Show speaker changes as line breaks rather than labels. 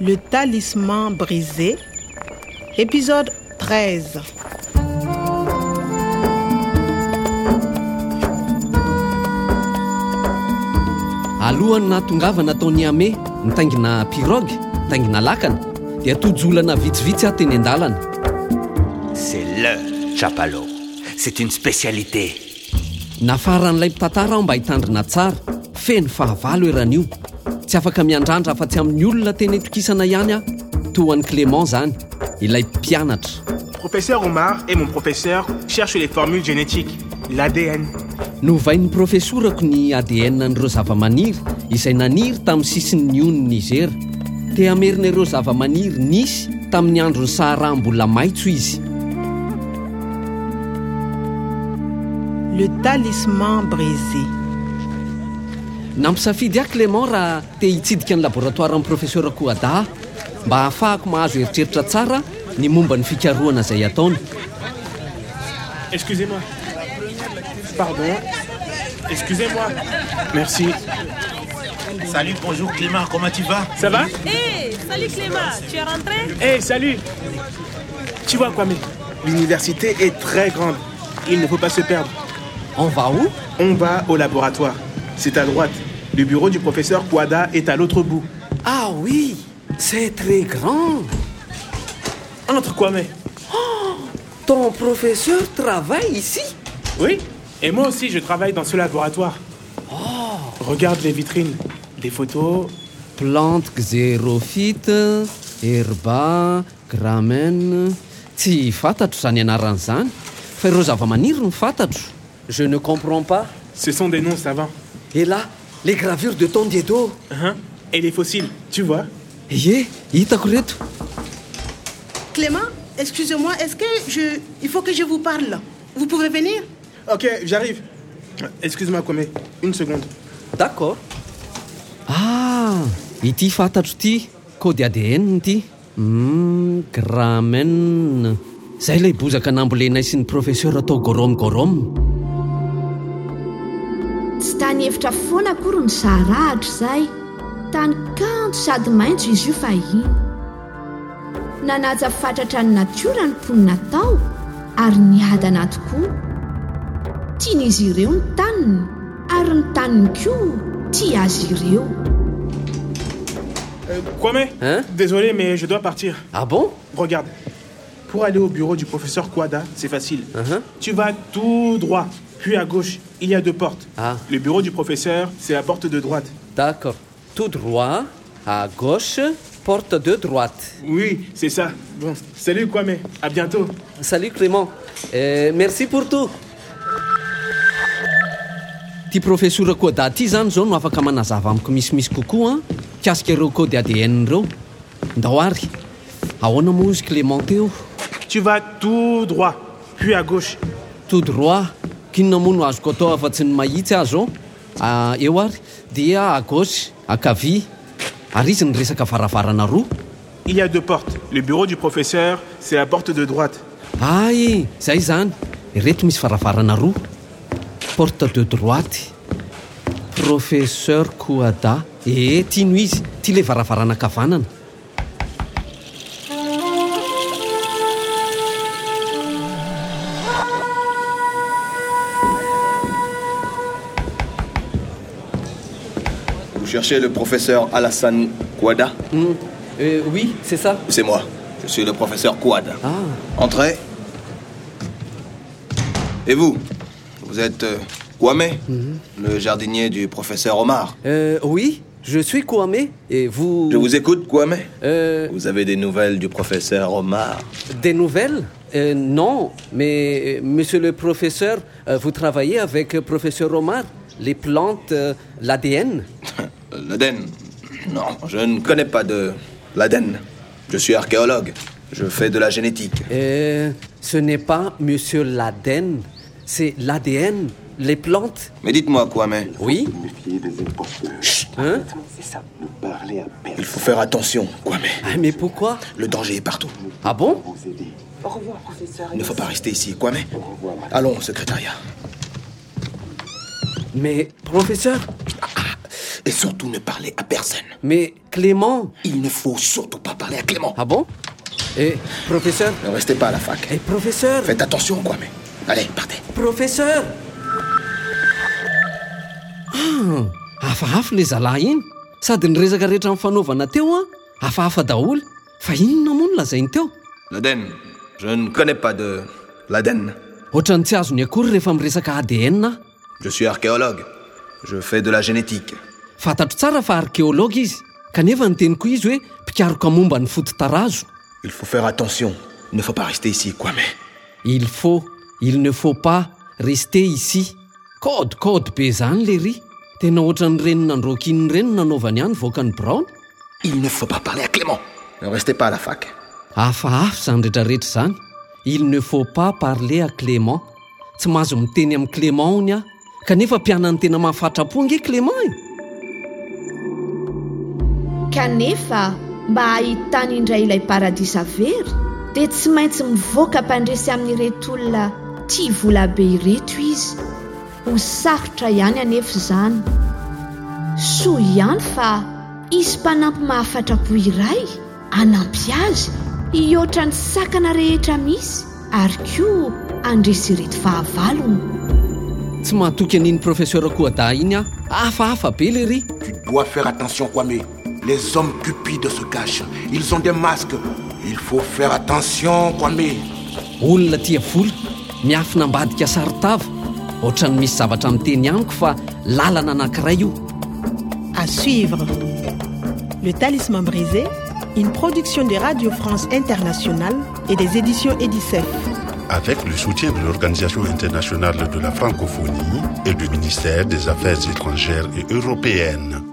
Le talisman brisé, épisode 13.
alohany nahatongavana ataon'ny ame nitaingina pirogue taingina lakana dia tojolana vitsivitsy aho teny an-dalana
C'est LE chapalot. C'est une spécialité.
nafaran'ilay mpitantara aho mba hitandrina tsara feno fahavalo eran'io tsy afaka miandrandra afa-tsy amin'ny olona teny etokisana ihany aho toan'ny clément zany ilay mpianatra
Professeur Omar et mon professeur cherchent les formules génétiques, l'ADN.
novain'ny profesorako ny adn n'ireo zavamaniry izay naniry tamin'ny sisin'ny ony nizera te hamerin'ireo zavamaniry nisy tamin'ny andron'ny sahara mbola maitso izy
Le talisman brisé.
nampisafidy aho clément raha te hitsidika ny laboratoaran'ny professeur koada mba hahafahako mahazo heritreritra tsara ny momba ny fikarohana izay ataony
Excusez-moi. Pardon. Excusez-moi. Merci.
Salut, bonjour Clément, comment tu vas
Ça va
Hé, Eh, salut Clément, tu es rentré
Eh, salut Tu vois, Kwame, l'université est très grande. Il ne faut pas se perdre.
on va où
On va au laboratoire. C'est à droite. Le bureau du professeur Kouada est à l'autre bout.
ah oui c'est très grand
Entre, Kwame.
ton professeur travaille ici
Oui Et moi aussi, je travaille dans ce laboratoire. Regarde les vitrines. Des photos.
plante xérophyte herba gramen tsy fantatro zany anarana zany fa ireo zavamaniry no fantatro je ne comprends pas
Ce sont des noms savants.
et là les gravures de tondiedo
Hein Et les fossiles, tu vois
ye hitako reto
Clément, excusez-moi, est-ce que je... Il faut que je vous parle. Vous pouvez venir
Ok, j'arrive. Excuse-moi, Kwame. Une seconde.
d'accord ah ity fantatro ity cody adn ity mm, gramen zay ilay bozaka nambolenay sy ny professeur atao gorom gorom
tsy tany hevitra foana akory ny zarahatra izay tany kanto sady maintso izy io fahiny nanaja fatratra ny natiora ny mponina tao ary niadana tokoa tian'izy ireo ny taniny ary ny taniny koa tia azy ireo
Euh, Kwame
Hein
Désolé, mais je dois partir.
ah bon
Regarde. Pour aller au bureau du professeur Kwada, c'est facile.
Mhm.
Tu vas tout droit, puis à gauche. Il y a deux portes.
Ah.
Le bureau du professeur, c'est la porte de droite.
D'accord. Tout droit, à gauche, porte de droite.
Oui, c'est ça. Bon, salut Kwame. À bientôt.
Salut Clément. Euh, merci pour tout. Ty professeur Koda ty zany zao no afaka manazava amiko misimisy kokoa kasika ireo kody ADN ireo. Ndao ary. Ahoana moa izy Clément teo?
Tu vas tout droit, puis à gauche.
Tout droit. Kinona moa no azoko atao afa-tsy ny mahitsy azy zao? Ah, eo ary dia à gauche, ankavia. Ary izy ny resaka varavarana roa.
Il y a deux portes. Le bureau du professeur, c'est la porte de droite.
ay zay zany reto misy varavarana roa porte de droite professeur koada ee tiano izy ty le varavarana kavanana
Vous cherchez le professeur Alassane Kouada
Euh, oui c'est ça
C'est moi. Je suis le professeur Kouada.
ah
Entrez. Et vous Vous êtes euh, Kwame,
Mhm.
le jardinier du professeur Omar.
euh, oui je suis Kouame et vous
Je vous écoute, Kwame.
Euh,
Vous avez des nouvelles du professeur Omar
des nouvelles Euh, non mais euh, monsieur le professeur euh, vous travaillez avec euh, professeur Omar les plantes euh, l'ADN
L'Aden Non, je ne connais pas de l'Aden. Je suis archéologue. Je fais de la génétique.
Euh, ce n'est pas monsieur l'ADN, c'est l'ADN, les plantes.
Mais dites-moi, Kwame,
Oui Hein
il faut faire attention, Kwame.
Ah, Mais pourquoi
Le danger est partout.
Ah bon
Il ne faut pas rester ici, Kwame. Allons au secrétariat.
Mais professeur,
Et surtout ne parler à personne.
Mais Clément
Il ne faut surtout pas parler à Clément.
Ah bon Eh, professeur
Ne restez pas à la fac.
Eh, professeur
Faites attention, quoi, mais. Allez, partez.
Professeur Ah, hafahafa le zalahy iny sady ny resaka rehetra amin'ny fanaovana teo a hafahafa daholo fa inona moa no lazainy teo
L'ADN. Je ne connais pas de l'ADN.
ohatrany tsy azony akory rehefa miresaka adn aho
Je suis archéologue. Je fais de la génétique.
fantatro tsara fa arkeôlôga izy kanefa ny teny koa izy hoe mpikaroka momba ny fototarazo
Il faut faire attention. Il ne faut pas rester ici, quoi, mais.
il faut il ne faut pas rester ici code code be zany le ry tena ohatran'ny reninandroaka iny ireny no nanaovany ihany voakany brown
Il ne faut pas parler à Clément. Ne restez pas à la fac.
hafahafa zany rehetrarehetra zany il ne faut pas parler à clément tsy mahazo miteny amin'ny clément hony aho kanefa mpianany tena mahafatra-po nge clément e
kanefa mba hahitany indray ilay paradisa very dia tsy maintsy mivoaka mpandresy amin'ireto olona tia volabe ireto izy ho sarotra ihany anefa izany soa ihany fa isy mpanampy mahafatra-po iray anampy azy hihoatra ny sakana rehetra misy ary koa andresy ireto fahavalony
tsy mahatoky an'iny professeur koada iny aho hafahafa be le ry
Tu dois faire attention, Kwame. Les hommes cupides se cachent. Ils ont des masques. Il faut faire attention, Kwame.
olona tia vola miafina ambadika saritava ohatrany misy zavatra miteny amiko fa lalana anankiray io
À suivre. Le Talisman brisé, une production de Radio France Internationale et des éditions Edicef.
avec le soutien de l'Organisation internationale de la francophonie et du ministère des Affaires étrangères et européennes.